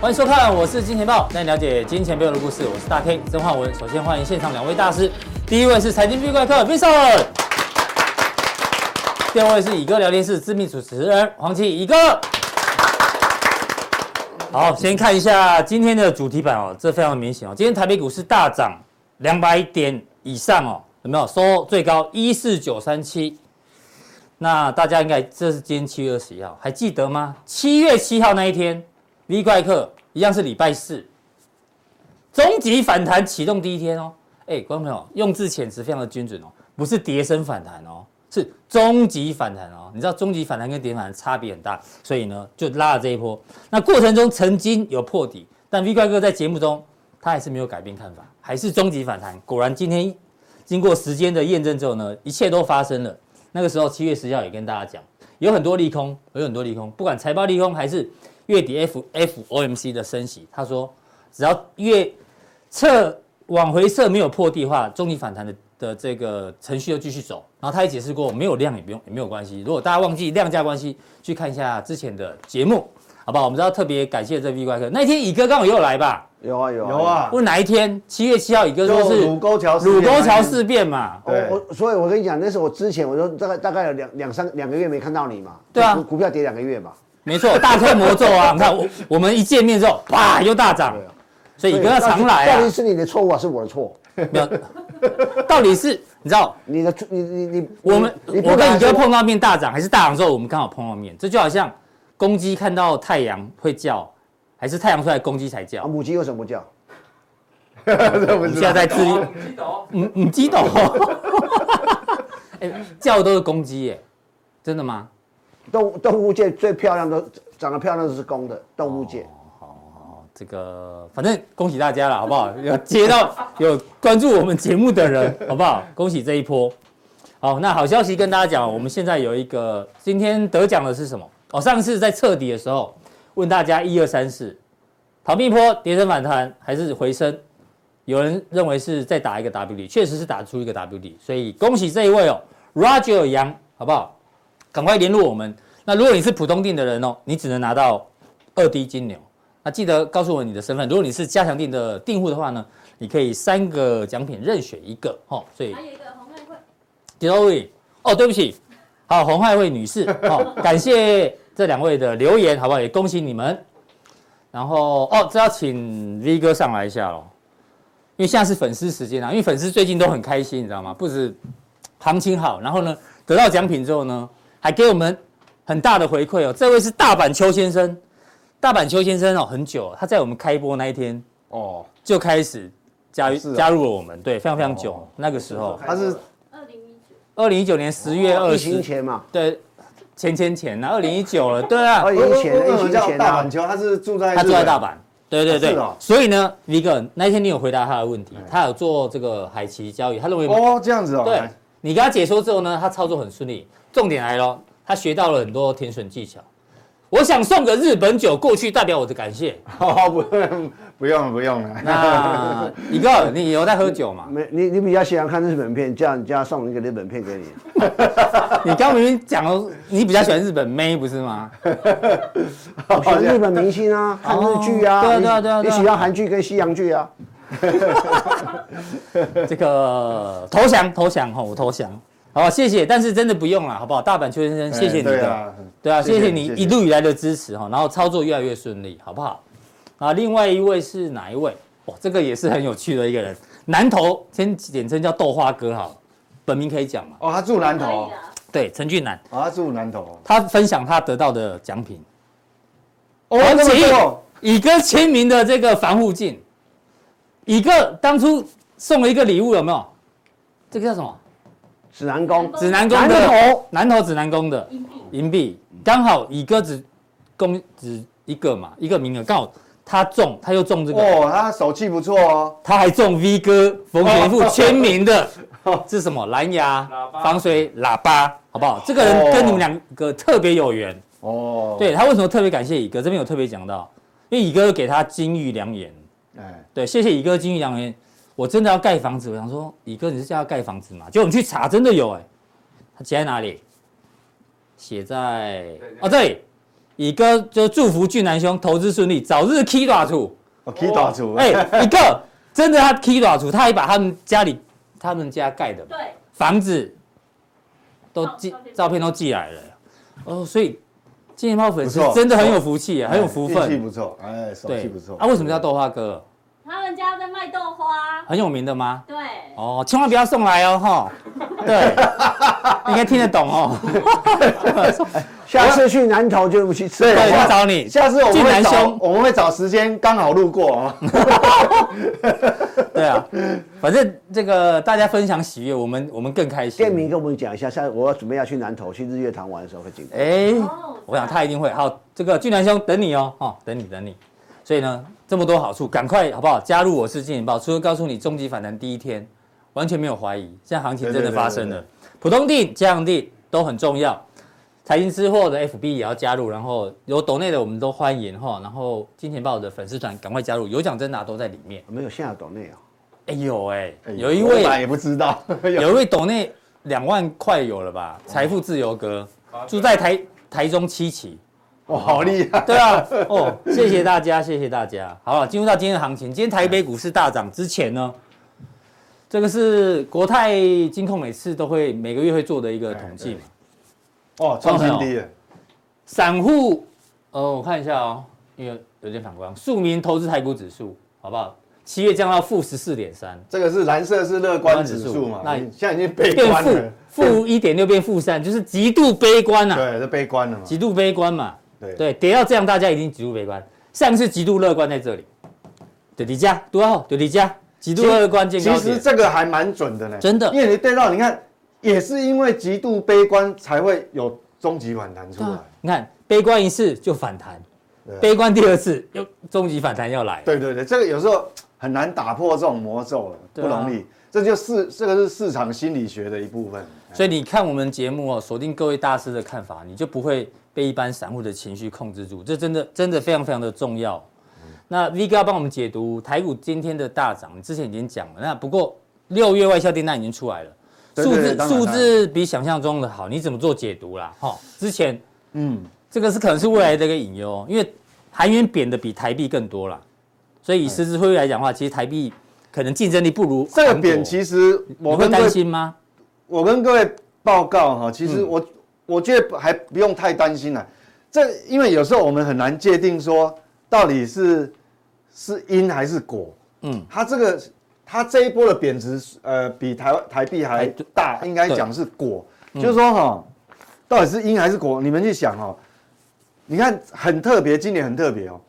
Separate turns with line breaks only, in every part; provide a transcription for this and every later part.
欢迎收看，我是金钱豹，带你了解金钱背后的故事。我是大 K 曾焕文。首先欢迎现场两位大师，第一位是财经壁怪客 Vincent，第二位是乙哥聊天室知名主持人黄奇乙哥。好，先看一下今天的主题版哦，这非常明显哦。今天台北股市大涨两百点以上哦，有没有收最高一四九三七？那大家应该这是今天七月二十一号，还记得吗？七月七号那一天，V 怪客一样是礼拜四，终极反弹启动第一天哦。哎，观众朋友，用字遣词非常的精准哦，不是跌升反弹哦，是终极反弹哦。你知道终极反弹跟跌反弹差别很大，所以呢就拉了这一波。那过程中曾经有破底，但 V 怪客在节目中他还是没有改变看法，还是终极反弹。果然今天经过时间的验证之后呢，一切都发生了。那个时候七月十号也跟大家讲，有很多利空，有很多利空，不管财报利空还是月底 F F O M C 的升息，他说只要月测往回测没有破地的话，中级反弹的的这个程序又继续走。然后他也解释过，没有量也不用也没有关系。如果大家忘记量价关系，去看一下之前的节目，好不好？我们知道特别感谢这 V 怪客，那天乙哥刚好又来吧？
有啊有啊
有，啊，
问哪一天？七月七号，乙哥说
就是乳沟桥事件
乳沟桥事变嘛？
对
我我所以，我跟你讲，那是我之前我说大概大概有两两三两个月没看到你嘛，
对啊
股股票跌两个月嘛，
没错，大推魔咒啊！你看我我们一见面之后，啪又大涨，
啊
所以
对
你跟他常来
到底
啊，
是你的错误还是我的错？
没有，到底是你知道
你的你你你
我们
嗯你
我跟你哥碰
到
到面大涨，还是大涨之后我们刚好碰到面？这就好像公鸡看到太阳会叫，还是太阳出来公鸡才
啊，
叫？
母鸡有什么叫？
这不
我们
是
现在在自己，嗯嗯，鸡斗， 哎，叫的都是公鸡耶，真的吗？
动物动物界最漂亮的长得漂亮的是公的，动物界
这个反正恭喜大家了，好不好？有接到有关注我们节目的人，好不好？恭喜这一波。好，那好消息跟大家讲，我们现在有一个今天得奖的是什么？哦，上次在彻底的时候问大家一二三四，逃避坡跌升反弹还是回升？有人认为是再打一个 W 底，确实是打出一个 W 底，所以恭喜这一位哦，Roger 杨，好不好？赶快联络我们。那如果你是浦东店的人哦，你只能拿到二 D 金牛。那记得告诉我你的身份。如果你是加强店的订户的话呢，你可以三个奖品任选一个哦。所以
还有一个红外会，
第二位哦，对不起，好，红外惠女士， 哦，感谢这两位的留言，好不好？也恭喜你们。然后哦，这要请 V 哥上来一下喽，因为现在是粉丝时间啊，因为粉丝最近都很开心，你知道吗？不止行情好，然后呢，得到奖品之后呢，还给我们很大的回馈哦。这位是大阪邱先生，大阪邱先生哦，很久了，他在我们开播那一天
哦，
就开始加入、
是哦
加入了我们，对，非常非常久，那个时候，
他是
二零一九，
二零一九年十月二
哦
十
疫情前嘛，
对，前前前呐、啊，二零一九了，对啊
哦
二，零一前
我我
疫
我
情
叫
前
大
啊
阪，球，他是住在
他住在大
阪，
阪，对对对，
是哦哎
所以呢，一个那一天你有回答他的问题，他有做这个海奇交易，他认为、
哦，这样子哦，
对，你跟他解说之后呢，他操作很顺利，重点来了，他学到了很多甜笋技巧。我想送个日本酒过去，代表我的感 谢。
哦，不不用了不用了，
那一个，你有在喝酒吗？
没你你比较喜欢看日本片，这样这样送一个日本片给你，
你刚明明讲了，你比较喜欢日本妹不是吗？
我喜欢日本明星啊，看日剧啊，
哦对啊
你
对啊对啊
你
对啊
喜欢韩剧跟西洋剧啊，
这个投降投降吼，我投降。好，谢谢，但是真的不用了，好不好？大阪邱先生，谢谢你
对
的，
啊
对啊，谢谢你
谢谢
一路以来的支持哈，然后操作越来越顺利，好不好？啊，另外一位是哪一位？哇，这个也是很有趣的一个人，南投，先简称叫豆花哥好了，本名可以讲嘛？
哦，他住南头，
可以
哦，
啊，
对，陈俊南，
他住南头，
他分享他得到的奖品，
哦，
黄
那么
奇
多
乙哥签名的这个防护镜，乙哥当初送了一个礼物，有没有？这个叫什么？
指南宫
指南宫的南投指南宫的
硬币，
银币，刚好乙哥只供只一个嘛，一个名额，刚好他中，他又中这个，
哦，他手气不错哦，
他还中 V 哥冯全富签名的，
哦
这是什么？蓝牙
喇叭
防水喇叭，好不好？这个人跟你们两个特别有缘。
哦，，
对他为什么特别感谢乙哥？这边有特别讲到，因为乙哥给他金玉良言。
哎，
对，谢谢乙哥金玉良言。我真的要盖房子，我想说，乙哥你是叫他盖房子吗？结果我们去查，真的有哎、他写在哪里？写在哦这里，乙哥就祝福俊男兄投资顺利，早日 K 大处。
我可以打出，
哎、一个真的他 K 多少出，他还把他们家里他们家盖的
对，
房子都
照
寄
照片
照片都寄来了，哦，所以金钱豹粉丝
不错
真的很有福气啊，很有福
哎运气
分。
不错，哎，手气
对
不错。，
啊，为什么叫豆花哥？
他们家在卖豆花，
很有名的吗？
对，
哦，千万不要送来哦， 哈。对，应该听得懂哦。
下次去南投就去吃。
对，
我
去找你。
下次我们
俊
会
男
找
兄，
我们会找时间刚好路过啊。
对啊，反正这个大家分享喜悦，我们我们更开心。
店名跟我们讲一下，下次我要准备要去南投去日月潭玩的时候会经过。
哎、
哦
我想他一定会。好，这个俊男兄等你哦，哦，等你等你。所以呢，这么多好处，赶快好不好？加入我是金钱豹，除了告诉你终极反弹第一天，完全没有怀疑，现在行情真的发生了。
对对对
普通定、家用定都很重要，财经吃货的 FB 也要加入，然后有抖内的我们都欢迎哈，然后金钱豹的粉丝团赶快加入，有奖征答都在里面。
没有，现在有岛内啊，
哎有哎、
哎
有一
我本来
位
也不知道，
有一位抖内两万块有了吧？财富自由哥住在台台中七期。
哇，好厉害！
对啊，哦，谢谢大家，谢谢大家。好了，进入到今天的行情。今天台北股市大涨之前呢，这个是国泰金控每次都会每个月会做的一个统计嘛。
哎哦，创新低了，
散户，呃，我看一下哦，因为有点反光。庶民投资台股指数好不好？七月降到负十四点三，
这个是蓝色是乐观指数嘛？
那
那现在已经悲
变
观
负
了，
负一点六变负三，就是极度悲观呐、啊，
对，是悲观了嘛？
极度悲观嘛。
对
对，跌到这样，大家已经极度悲观。上次极度乐观在这里，对底价多好，对底价极度乐观见
其
高
实
点，
这个还蛮准的呢，
真的
因为你对到你看，也是因为极度悲观才会有终极反弹出
对
来
啊。你看悲观一次就反弹，
对啊
悲观第二次又终极反弹要来，
对对对，这个有时候很难打破这种魔咒了，不
对啊
容易。这就是这个是市场心理学的一部分。
所以你看我们节目哦，锁定各位大师的看法，你就不会被一般散户的情绪控制住，这真的真的非常非常的重要。
嗯
那 V 哥要帮我们解读台股今天的大涨，你之前已经讲了，那不过六月外销订单已经出来了。
对
数
对对
字
当然
数
当然
字比想象中的好，你怎么做解读啦？哈、之前
嗯，
这个是可能是未来的一个隐忧哦，因为韩元贬的比台币更多啦，所以以实质汇率来讲的话，其实台币可能竞争力不如
嗯
韩
这个
国
点其实
你会
我跟各
担
位
心吗？
我跟各位报告哈，其实我、我觉得还不用太担心了。这因为有时候我们很难界定说到底是是因还是果。嗯
嗯，
它这个它这一波的贬值，呃，比台台币还大，应该讲是果。就是说哈、到底是因还是果？你们去想哦。你看很特别，今年很特别哦，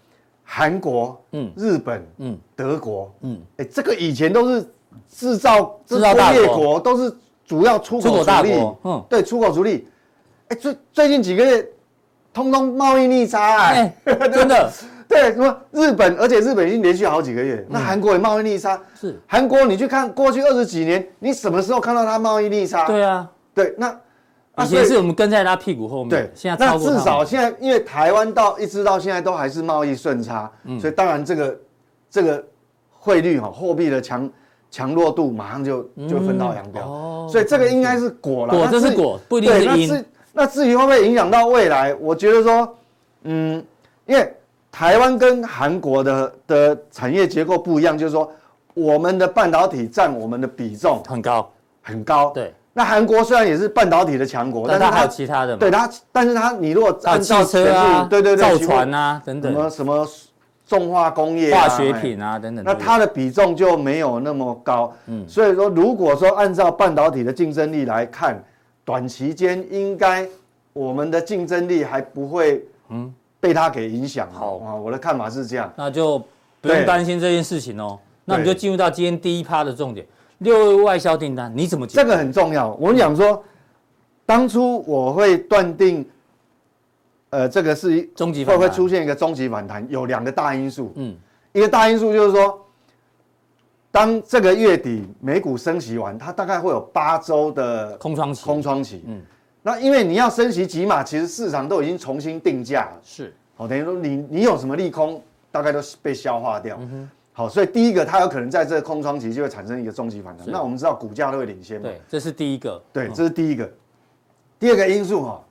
韩国、嗯
嗯、
日本、嗯
嗯、
德国、嗯
嗯，
哎，这个以前都是制造
制造
工
大
业
国
国，都是主要出
出
口
口大
主力
国嗯
对，出口主力。哎，最最近几个月，通通贸易逆差哎
哎、，真的
对，什么日本，而且日本已经连续好几个月，
嗯
那韩国也贸易逆差。
是，
韩国你去看过去二十几年，你什么时候看到它贸易逆差？
对啊，
对，那那
以
啊所以
前是我们跟在他屁股后面，
对，
现在
那
超过
至
他
少
们
现在，因为台湾到一直到现在都还是贸易顺差，
嗯
所以当然这个这个汇率哈、货币的强强弱度马上就就分道扬镳、
嗯哦
所以这个应该是果了。
果
那至于
这是果不一定是
对那
因
至那至于会不会影响到未来，我觉得说，嗯，因为台湾跟韩国的的产业结构不一样，就是说我们的半导体占我们的比重
很高，
很高。。
对，
那韩国虽然也是半导体的强国，
但
但
他
是
还
它
有其他的嘛，
对它，但是它你如果
还
按
有
照
汽车啊
全，部对对对，
造
全部
船啊等
什么
等，
什么重化工业、
化学品啊等等
哎，
都
那
有，
它的比重就没有那么高。嗯，所以说如果说按照半导体的竞争力来看，短期间应该我们的竞争力还不会嗯被它给影响。
好
啊，我的看法是这样。
那就不
对
用担心这件事情哦。那我们
对
就进入到今天第一趴的重点，六月外销订单你怎么解？
这个很重要。我们讲说，当初我会断定，呃，这个是一
终极
会
反
不会
弹
出现一个终极反弹？有两个大因素，
嗯，
一个大因素就是说，当这个月底美股升息完，它大概会有八周的
空窗期，
空窗期，
嗯
嗯，那因为你要升息几码，其实市场都已经重新定价了，
是
好，等于说你你有什么利空，大概都被消化掉。
嗯
好，所以第一个它有可能在这个空窗期就会产生一个终极反弹。
是
那我们知道股价都会领先嘛，
对，这是第一个，
对，这是第一个。第二个因素哈、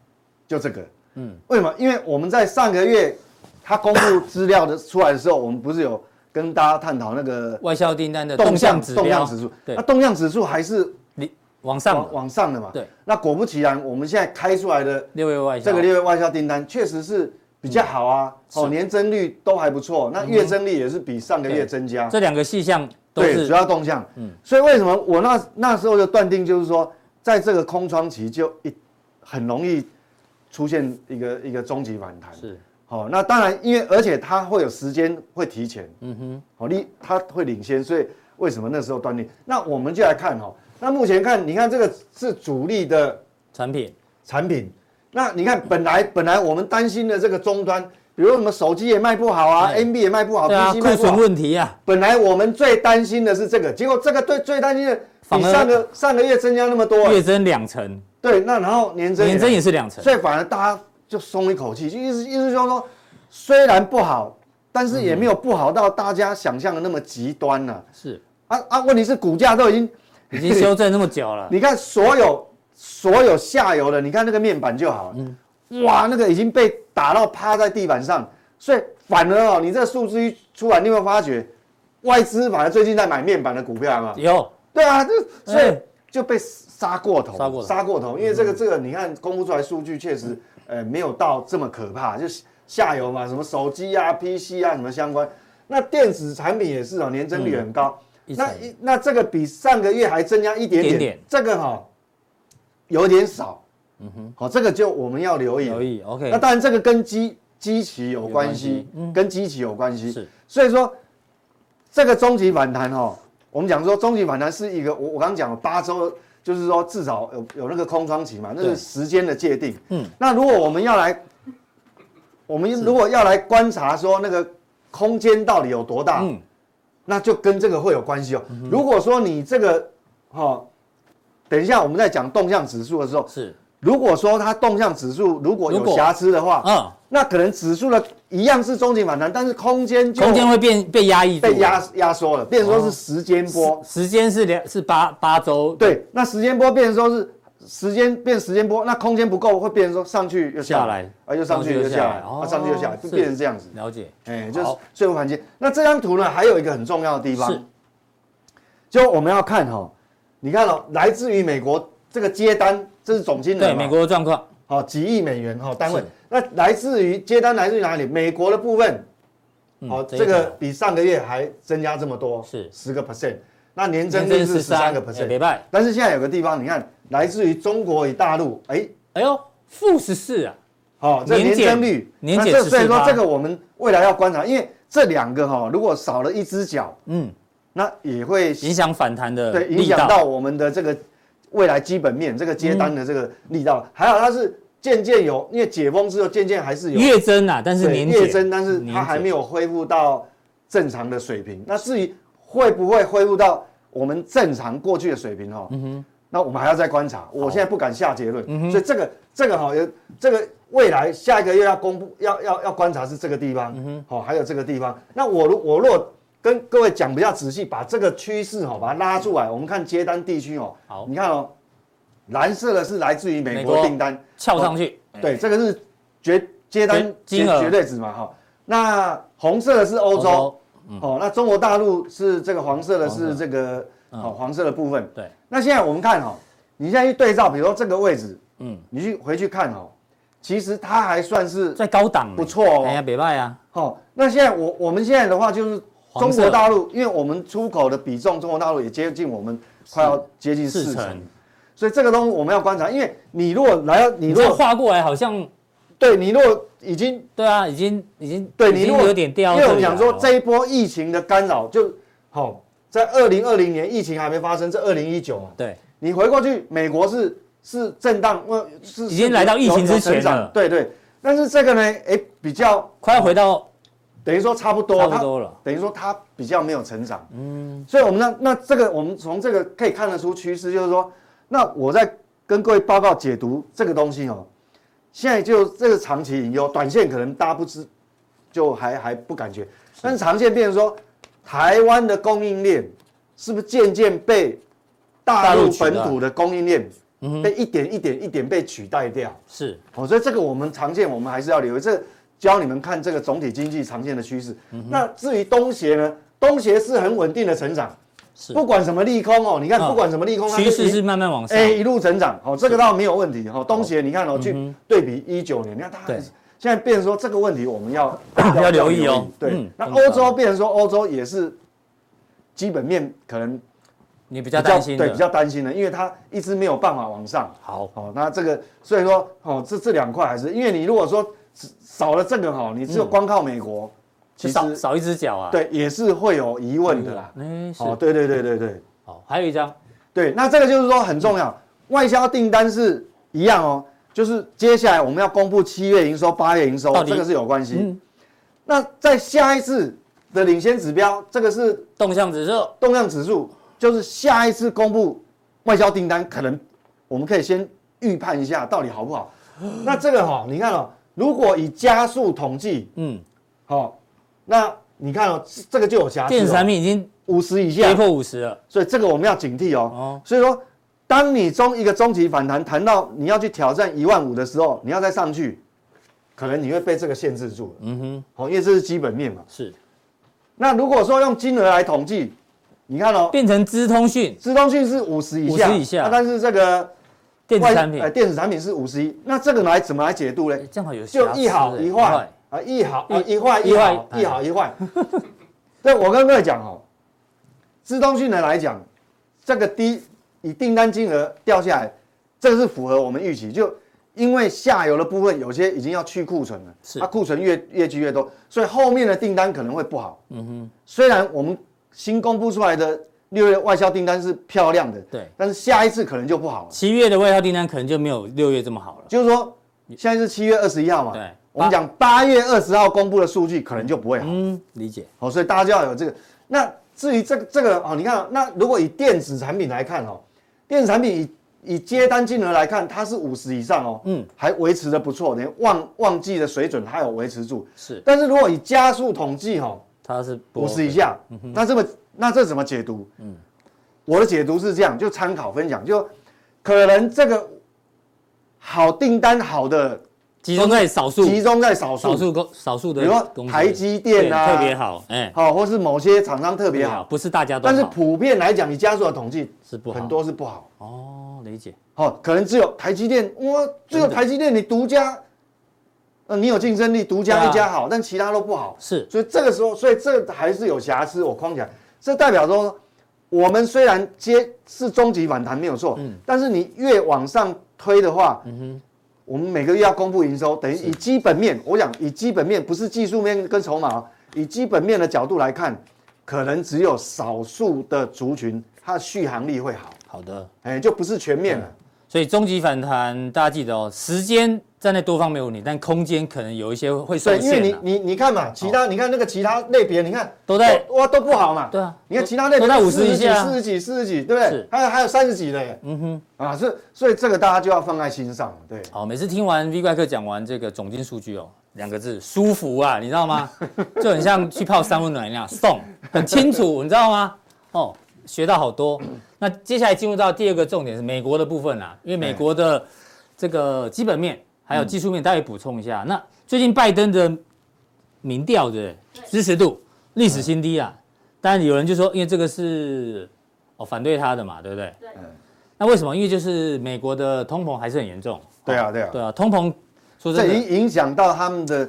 就这个，
嗯
嗯，为什么？因为我们在上个月它公布资料的出来的时候，我们不是有跟大家探讨那个
外销订单的动向指标，
动向指数，
对
那，动向指数还是
你往上
往
的
往上的嘛，
对。
那果不其然，我们现在开出来的
六月外销，嗯
这个六月外销订单确实是比较好啊，哦，
是嗯
年增率都还不错，那月增率也是比上个月增加，
这两个细项都
对，
是
主要动向。嗯，所以为什么我那那时候就断定，就是说，在这个空窗期就一很容易出现一个一个终极反弹。
是
好、那当然，因为而且它会有时间会提前，
嗯哼，
好、你它会领先，所以为什么那时候断定？那我们就来看哦，那目前看，你看这个是主力的
产品
产品。那你看，本来本来我们担心的这个终端，比如说什么手机也卖不好啊
对
，NB 也卖不好
对啊，
，PC
库
卖不好
存，问题啊，
本来我们最担心的是这个，结果这个最最担心的
反
比
而
上个上个月增加那么多，
月增两成，
对，那然后年增
年增也，是两成，
所以反而大家就松一口气，就意思意思就是说，虽然不好，但是也没有不好到大家想象的那么极端呢、
是
啊。啊问题是股价都已经
已经修正那么久了，
你看所有所有下游的，你看那个面板就好了，
嗯
哇，那个已经被打到趴在地板上，所以反而哦，你这数字一出来，你有没有发觉外资反而最近在买面板的股票嘛？
有
对啊，就所以
哎
就被杀过头，
杀过头嗯
头因为这个这个你看公布出来数据确实，呃，没有到这么可怕，就是下游嘛，什么手机啊、PC 啊什么相关，那电子产品也是哦，年增率很高。
嗯一成
那一那这个比上个月还增加一点
一点
点，
点
这个哈、有点少，嗯哼，好、这个就我们要留意。
有意，OK，
那当然这个跟基基期有关
有
系
关系，嗯
跟基期有关系。
是
所以说这个终极反弹哦，我们讲说终极反弹是一个，我我刚刚讲了八周，就是说至少有有那个空窗期嘛，那
对
是时间的界定。
嗯
嗯，那如果我们要来，我们如果要来观察说那个空间到底有多大，
嗯
那就跟这个会有关系哦。如果说你这个哈、哦，等一下我们在讲动向指数的时候，
是
如果说它动向指数如果
如
有
果
瑕疵的话，
嗯，
那可能指数的一样是中级反弹，但是空间就
空间会变被压抑住，
被压压缩了，变成说是时间波。
时间是两是八八周，
对，那时间波变成说是时间变时间波，那空间不够会变成说上去又下来
下来，
啊又上去又下来，
哦
啊上去又下来，就是变成这样子。
了解，
哎，就是
好
最后环节。那这张图呢，还有一个很重要的地
是
方，就我们要看哈，你看哦，来自于美国这个接单，这是总金额嘛
对美国的状况
好、几亿美元哈、哦、单位
是。
那来自于接单来自于哪里？美国的部分，
嗯
好、哦，
这一
这个
条
比上个月还增加这么多，
是
十个 percent。那年增
年
率
增
是十三个
13也
percent，
没败
但是现在有个地方，你看来自于中国与大陆，哎，
哎呦负十四啊，
好、这
年
年
减
增率，
年
那
减
这所以说
14%
这个我们未来要观察，因为这两个哈、如果少了一只脚，
嗯，
那也会
影响反弹的
对，影
力
响
道，
到我们的这个未来基本面，这个接单的这个力道。还好它是渐渐有，因为解封之后渐渐还是有
月增啊，但是
对
年减
月增，但是它还没有恢复到正常的水平。那至于会不会恢复到我们正常过去的水平
嗯
哦，那我们还要再观察。我现在不敢下结论，所以这个这个哈，有这个未来下一个月要公布，要要要观察是这个地方，
嗯
好、还有这个地方。那我如我若跟各位讲比较仔细，把这个趋势哦，把它拉出来，我们看接单地区哦。
好
你看哦，蓝色的是来自于美
美
国
国
订单，
翘上去，
对，这个是绝接单
哎绝金
绝
额
绝对值嘛哈。那红色的是欧洲，哦，那中国大陆是这个黄色的
嗯黄色嗯
是这个哦黄色的部分。
对，
那现在我们看哦，你现在去对照，比如说这个位置，
嗯
嗯，你去回去看哦，其实它还算是
在高档呢
不错哦
哎呀北败啊，
哦。那现在我我们现在的话就是
黄
中
色
国大陆，因为我们出口的比重，中国大陆也接近我们快要接近
四
四成
成，，
所以这个东西我们要观察，因为你如果来到，你
你
如
这
果
画过来好像
对你如果已经
对啊，已经已经
对
已
你
经
如果
有点掉
因
到
为
这
我们
里来
讲
了哦，
说这一波疫情的干扰，就好、在二零二零年疫情还没发生，这二零一九，
对
你回过去，美国是是震荡，呃，是
已经来到疫情之前了
有有成长对对。但是这个呢，哎，比较
快要回到
等于说差不多，
差不多了
它等于说它比较没有成长。嗯，所以我们那那这个我们从这个可以看得出趋势，就是说，那我在跟各位报告解读这个东西哦，现在就这个长期隐忧，短线可能大家不知，就还还不感觉，但是长线变成说，台湾的供应链是不是渐渐被大
大陆
陆
取代嗯
本土的供应链被一点一点一点被取代掉？
是
哦，所以这个我们长线我们还是要留意，这个教你们看这个总体经济长线的趋势。
嗯
那至于东协呢，东协是很稳定的成长，
是
不管什么利空哦，你看
嗯
不管什么利空，它就
趋势
一
是慢慢往上，嗯
哎一路成长，哦，这个倒没有问题哦。东协你看哦，去对比一九年，你看它
对
现在变成说这个问题我们要
要留意哦
对
嗯，
那
懂
欧洲
懂
变成说欧洲也是基本面可能
你比较担心的
对比较担心的，因为它一直没有办法往上。
好
哦，那这个所以说哦，这这两块还是因为你如果说只少了这个哈、哦，你只有光靠美国，
嗯就
其
少
实
少一只脚啊。
对也是会有疑问的啦。
哎，是
哦，对对对对对
好，还有一张
对，那这个就是说很重要，外销订单是一样哦，就是接下来我们要公布七月营收、八月营收
到，底
这个是有关系。
嗯
那在下一次的领先指标，这个是
动向指数，
动量指数，就是下一次公布外销订单，可能我们可以先预判一下到底好不好。那这个哈、你看哦，如果以加速统计，
嗯，
好、那你看哦，这这个就有瑕疵、
电子产
哦，
品已经
五十以
跌
下，
破五十了，
所以这个我们要警惕哦。
哦
所以说，当你中一个中级反弹谈到你要去挑战一万五的时候，你要再上去，可能你会被这个限制住。嗯哼，好、因为这是基本面嘛。
是
那如果说用金额来统计，你看哦，
变成资通讯
资通讯是五十以下，
50以下
那但是这个
电子
外
产品
呃，，电子产品是五十一，那这个来怎么来解读
哎
嘞？
正好有瑕疵
就一好
哎
一坏，啊，一好啊一坏
一
一好
坏
一好一坏。 对，我跟各位讲哦，资通讯的来讲，这个低以订单金额掉下来，这个是符合我们预期，就因为下游的部分有些已经要去库存了，
是
它库存越越积越多，所以后面的订单可能会不好。嗯哼，虽然我们新公布出来的六月外销订单是漂亮的，
对
但是下一次可能就不好了。
七月的外销订单可能就没有六月这么好了。
就是说，现在是七月二十一号嘛，
对
我们讲八月二十号公布的数据可能就不会好，
嗯，理解。
好、所以大家就要有这个。那至于这个这个哦，你看哦，那如果以电子产品来看哦，电子产品以以接单金额来看，它是五十以上哦，
嗯
嗯，还维持的不错，连旺旺季的水准它有维持住。
是
但是如果以加速统计哈、哦，
它是
五十以
下，
下，那这么那这怎么解读？嗯，我的解读是这样，就参考分享，就可能这个好订单好的
集中在少数
集中在少
少
数，
数公少数的
比如说
公司，
啊台积电啊
对特别好，哎，
好、或是某些厂商特别好，
不是大家都
但是
好
普遍来讲，你加速的统计
是不好
很多是不好，
哦，理解。
好、可能只有台积电，哇，只有台积电你独家，呃，你有竞争力，独家
对啊
一家好，但其他都不好，
是
所以这个时候，所以这个还是有瑕疵，我框起来，这代表说，我们虽然接是终极反弹没有错，但是你越往上推的话，我们每个月要公布营收，等于以基本面，我讲以基本面不是技术面跟筹码哦，以基本面的角度来看，可能只有少数的族群它的续航力会好，
好的，
哎，就不是全面了。
所以终极反弹大家记得哦，时间站在多方没有问题，但空间可能有一些会受
对，因为
限
你
啊。哦
你你看嘛，其他你看那个其他类别，你看
都在
哇都不好嘛。
对啊
你看其他类
都
别
在
都
50以
40几
下啊
四十几、四十几，对不对
是？
还有还有三十几的耶。嗯哼，啊，是，所以这个大家就要放在心上了，对。
好，每次听完 V 怪客讲完这个总金数据哦，两个字舒服啊，你知道吗？就很像去泡三温暖一样，送很清楚，你知道吗？哦，学到好多。那接下来进入到第二个重点是美国的部分啦、因为美国的这个基本面还有技术面，大家也补充一下。那最近拜登的民调的
对
支持度历史新低啊，但有人就说，因为这个是哦反对他的嘛，对不对？
对，
那为什么？因为就是美国的通膨还是很严重。
对啊对啊
对啊，通膨说
这
真
影
的
影响到他们的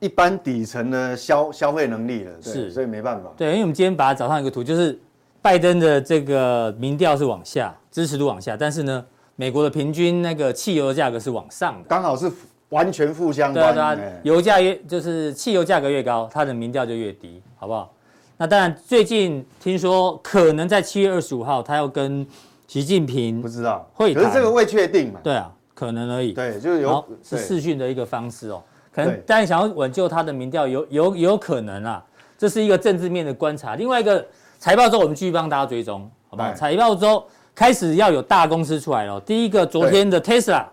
一般底层的消消费能力了，对
是
所以没办法。
对，因为我们今天把它找上一个图，就是拜登的这个民调是往下，支持度往下，但是呢，美国的平均那个汽油的价格是往上的。
刚好是完全负相
对啊，
关，
对啊
哎，
油价越就是汽油价格越高，它的民调就越低，好不好？那当然，最近听说可能在七月二十五号，他要跟习近平
不，知道。
会
可是
谈
这个未确定嘛？
对啊，可能而已。
对，就
然
是有
后是
对
视讯的一个方式哦。可能
对
当然想要挽救它的民调，有有有可能啊，这是一个政治面的观察。另外一个财报之后，我们继续帮大家追踪，好不好？
哎
财报之后开始要有大公司出来了。哦第一个，昨天的 Tesla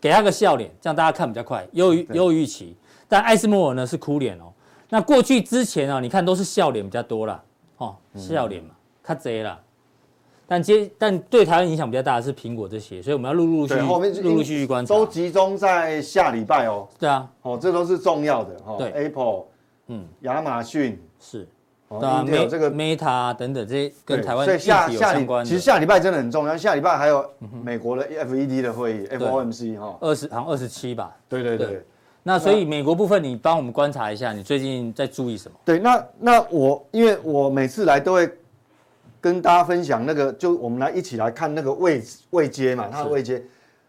给它个笑脸，这样大家看比较快，优于
对
优于预期。但艾斯摩尔呢是哭脸哦。那过去之前啊，你看都是笑脸比较多啦，哦，
嗯
笑脸嘛，看贼啦。但接但对台湾影响比较大的是苹果这些，所以我们要陆陆续
对，后面
续陆陆续续观察。
都集中在下礼拜哦，
对啊，
哦，这都是重要的哈。
对
Apple，
嗯
嗯，亚马逊，
是。
哦
对啊
Intel 这个
Meta 啊等等这些跟
对
台湾
所
议
以下
题有
下
相
礼
关的，嗯
其实下礼拜真的很重要，下礼拜还有美国的 FED 的会议，FOMC 哈。
二十好像二十七吧。
对对
对
对啊
那所以美国部分，你帮我们观察一下，你最近在注意什么？
对，那那我因为我每次来都会跟大家分享那个，就我们来一起来看那个位置位阶嘛，它的位阶。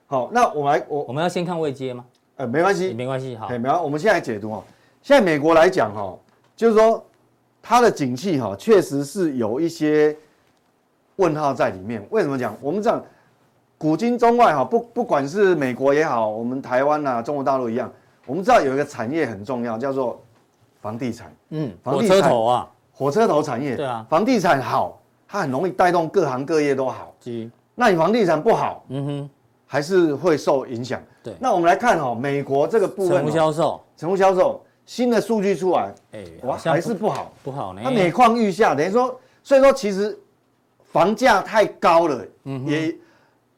好，那我们来我
我们要先看位阶吗？
呃没关系
也，没关系，好
哎，，没有，我们现在解读哦。现在美国来讲哦，就是说它的景气哈、哦，确实是有一些问号在里面。为什么讲？我们讲古今中外哈、哦不不管是美国也好，我们台湾呐、中国大陆一样，我们知道有一个产业很重要，叫做房地产、
嗯，
房
火
地
车
产
头啊，
火车头产业。
对啊
房地产好，它很容易带动各行各业都好。
鸡，
那你房地产不好，
嗯哼，
还是会受影响。
对
那我们来看哦，美国这个部分、
成
哦
屋，销售，
成屋销售新的数据出来，
哎，
哇，
好像
还是不好，
不哎好呢
它。每况愈下。等于说，所以说其实房价太高了，
嗯
也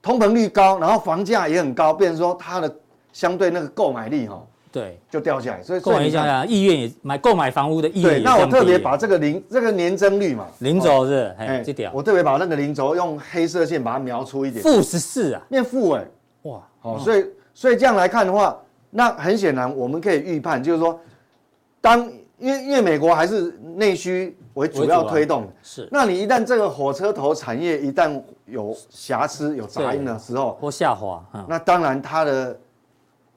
通膨率高，然后房价也很高，变成说它的相对那个购买力哈、哦、
对，
就掉下来。所以
购买
所以
一
你看
下意愿也买购买房屋的意愿
对，
也
那我
降低了
特别把这个零这个年增率嘛，
零
哦，
轴是，哎，这点
我特别把那个零轴用黑色线把它描出一点，
负十四啊，
念负哎、
哇，
哦，所以所以这样来看的话，那很显然我们可以预判，就是说，当因为因为美国还是内需为主啊要推动，
是
那你一旦这个火车头产业一旦有瑕疵、有杂音的时候，
或下滑，嗯，
那当然它的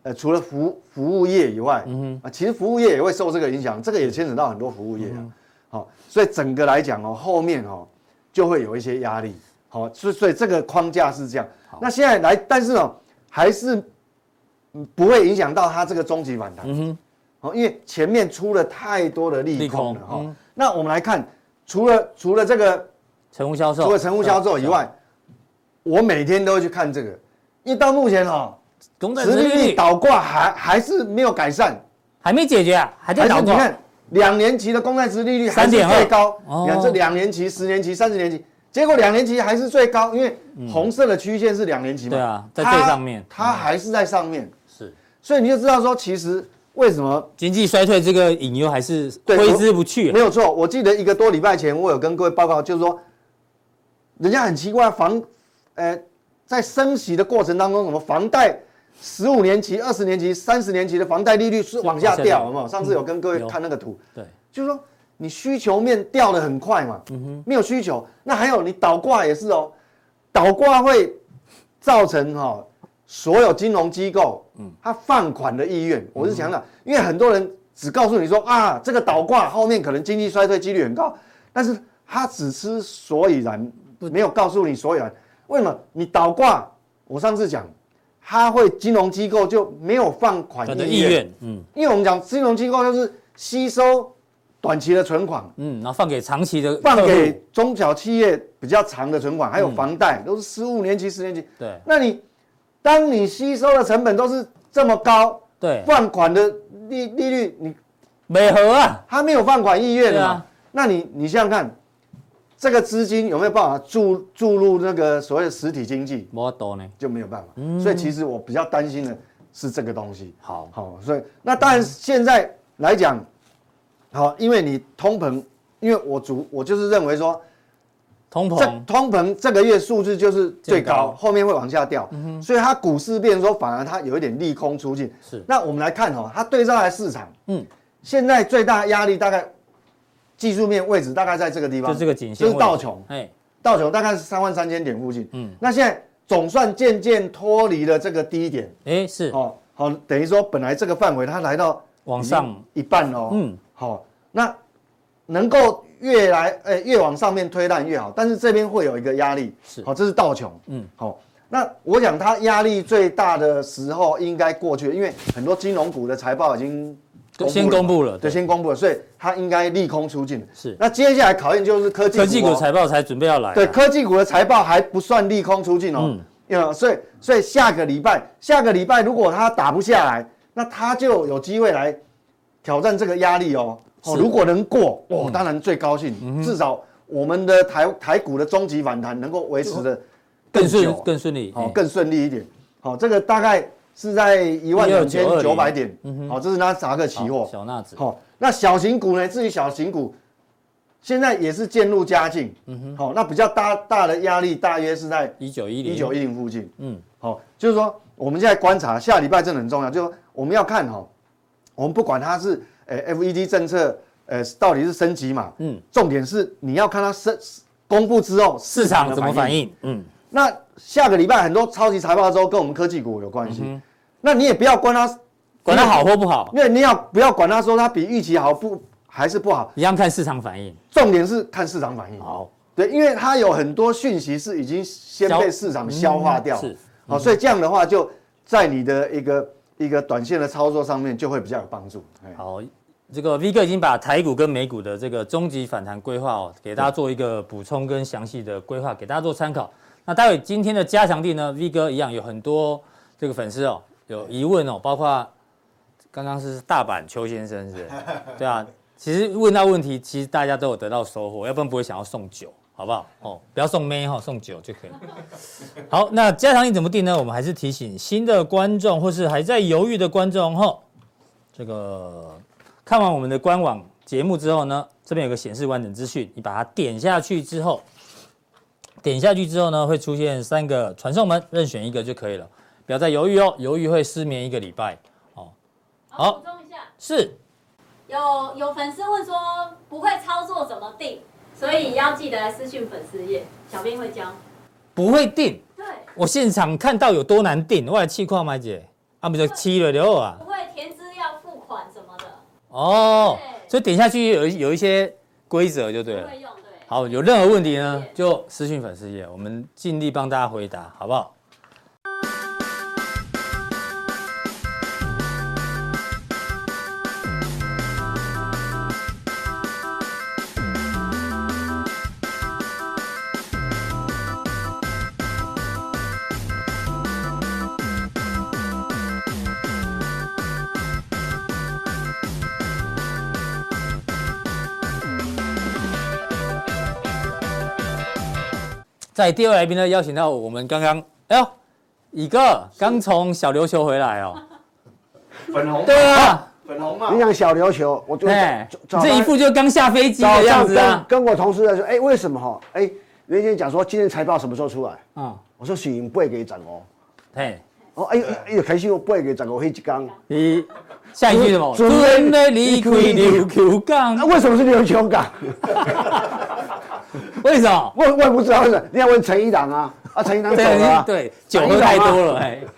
呃除了服服务业以外，
嗯
啊，其实服务业也会受这个影响，这个也牵扯到很多服务业
嗯
啊。好、所以整个来讲哦，后面哦就会有一些压力。好、所以所以这个框架是这样。那现在来，但是哦，还是嗯不会影响到它这个终极反弹。
嗯
哦，因为前面出了太多的利空了
利
哈、
空嗯
那我们来看，除了除了这个
成屋销售，
除了成屋销售以
嗯，
外，我每天都会去看这个，因为到目前哈、
总
哦，
产
殖
殖
利
利
率
率
倒挂还还是没有改善，
还没解决啊，还在
还
倒
是你
挂，
看两年期的公债殖利率还是
3.2
最高，
哦
你看这两年期、十年期、三十年期，结果两年期还是最高，因为红色的区间是两年期嘛，
对啊在
它
最上面
它还是在上面，
是。
所以你就知道说，其实为什么
经济衰退这个隐忧还是
对
挥之不去啊
没。有错，我记得一个多礼拜前，我有跟各位报告，就是说，人家很奇怪，房，呃，在升息的过程当中，什么房贷十五年期、二十年期、三十年期的房贷利率是往下
往下掉
掉，哦有没有？上次有跟各位看那个图，
对，
就是说你需求面掉的很快嘛，没有需求。那还有你倒挂也是哦，倒挂会造成哈、所有金融机构，它放款的意愿，我是强调，因为很多人只告诉你说啊，这个倒挂后面可能经济衰退几率很高，但是他只知所以然，没有告诉你所以然。为什么你倒挂？我上次讲，它会金融机构就没有放款
他的
意
意
愿，
愿，嗯
因为我们讲金融机构就是吸收短期的存款，
嗯，然后放给长期的
放
客户
给中小企业比较长的存款，还有房贷，都是十五年期、十年期。
对
那你当你吸收的成本都是这么高，
对
放款的利利率，你
美和啊，
他没有放款意愿的嘛？
对啊
那你你想想看，这个资金有没有办法注注入那个所谓的实体经济？
我多呢。
就没有办法。所以其实我比较担心的是这个东西。
嗯好
好、所以那当然现在来讲，好、因为你通膨，因为我主我就是认为说，
通
这
膨
通膨这个月数字就是最
最
高，
高嗯
后面会往下掉，所以它股市变成说反而它有一点利空出尽。
是
那我们来看哦，它对照来市场，
嗯
嗯，现在最大压力大概技术面位置大概在这个地方，
就这个颈线
就
位置，
是道琼，
哎，
道琼大概是三万三千点附近，
嗯
嗯，那现在总算渐渐脱离了这个低点，
哎是
哦，好，等于说本来这个范围它来到
往
已经
上，
一半哦，
嗯
嗯，好、那能够越来呃越往上面推烂越好，但是这边会有一个压力，
是
好、这是道琼，
嗯
嗯，好、那我想它压力最大的时候应该过去了，因为很多金融股的财报已经
对先公布了
对，
对
先公布了，所以它应该利空出尽。
是
那接下来考验就是科技股、哦，
科技股财报才准备要来啊，
对，科技股的财报还不算利空出尽哦。
嗯
嗯，所以所以下个礼拜，下个礼拜如果它打不下来，那它就有机会来挑战这个压力哦。哦，
是嗯
如果能过，哦，当然最高兴，至少我们的台台股的终极反弹能够维持的
更顺
久
更嗯顺利，哎
哦
嘿
更顺利一点。好、这个大概是在一万两千九
12920
百点。好、这是纳斯达克期货
嗯好。小纳指
好、那小型股呢？至于小型股，现在也是渐入佳境。嗯哼，好、那比较大大的压力大约是在
一九一零
一九一零附近。
嗯
嗯，好、就是说我们现在观察下礼拜真的很重要，就是说我们要看哈、我们不管它是呃 FED 政策呃到底是升级嘛，
嗯
嗯，重点是你要看它升公布之后
市场怎么反
应。
应？嗯，
那下个礼拜很多超级财报周跟我们科技股有关系，那你也不要关它，
管它好或不好，
因为你要不要管它说它比预期好不还是不好，
一样看市场反应。
重点是看市场反应。
好，
对，因为它有很多讯息是已经先被市场消化掉，
嗯是
好、所以这样的话就在你的一个一个短线的操作上面就会比较有帮助。哎
好，这个 V 哥已经把台股跟美股的这个终极反弹规划哦，给大家做一个补充跟详细的规划，给大家做参考。那待会今天的加强地呢，V 哥一样有很多这个粉丝哦有疑问哦，包括刚刚是大阪邱先生是不是，对啊，其实问到问题，其实大家都有得到收获，要不然不会想要送酒，好不好？哦，不要送妹哈、哦，送酒就可以。好，那加强地怎么定呢？我们还是提醒新的观众或是还在犹豫的观众哈、哦。这个看完我们的官网节目之后呢，这边有个显示完整资讯，你把它点下去之后，点下去之后呢，会出现三个传送门，任选一个就可以了，不要再犹豫哦，犹豫会失眠一个礼拜。好
补充一下，
是，
有有粉丝问说不会操作怎么定，所以要记得来私讯粉丝页，小编会教。
不会定，
对，
我现场看到有多难定，我来气矿买姐，啊不就七了六啊
不，会填资料、付款什么的，
哦，
对
所以点下去有一有一些规则就对
不
了
会。用对。
好，有任何问题呢，就私信粉丝页，我们尽力帮大家回答，好不好？在第二来宾呢，邀请到我们刚刚，哎呦，乙哥刚从小琉球回来 哦。
粉红，
对啊，
粉红嘛
你想小琉球，我就
哎，
早
你这一副就刚下飞机
早
的样
上
子啊
跟。跟我同事在说，哎，为什么哈？哎，袁先生讲说今天财报什么时候出来？
啊，
我说许不会给涨哦。
嘿，
哦，哎哎呦，开始我不会给涨，我会啊一刚。
你下一句什么？
主
主
主
人的
人的
离
离
开
开
琉
琉
球
那
港，
为什么是琉球港？
为什么？
我我也不知道为什么，你要问陈一党啊，啊，陈一党走了啊、
对，酒喝太多了，哎，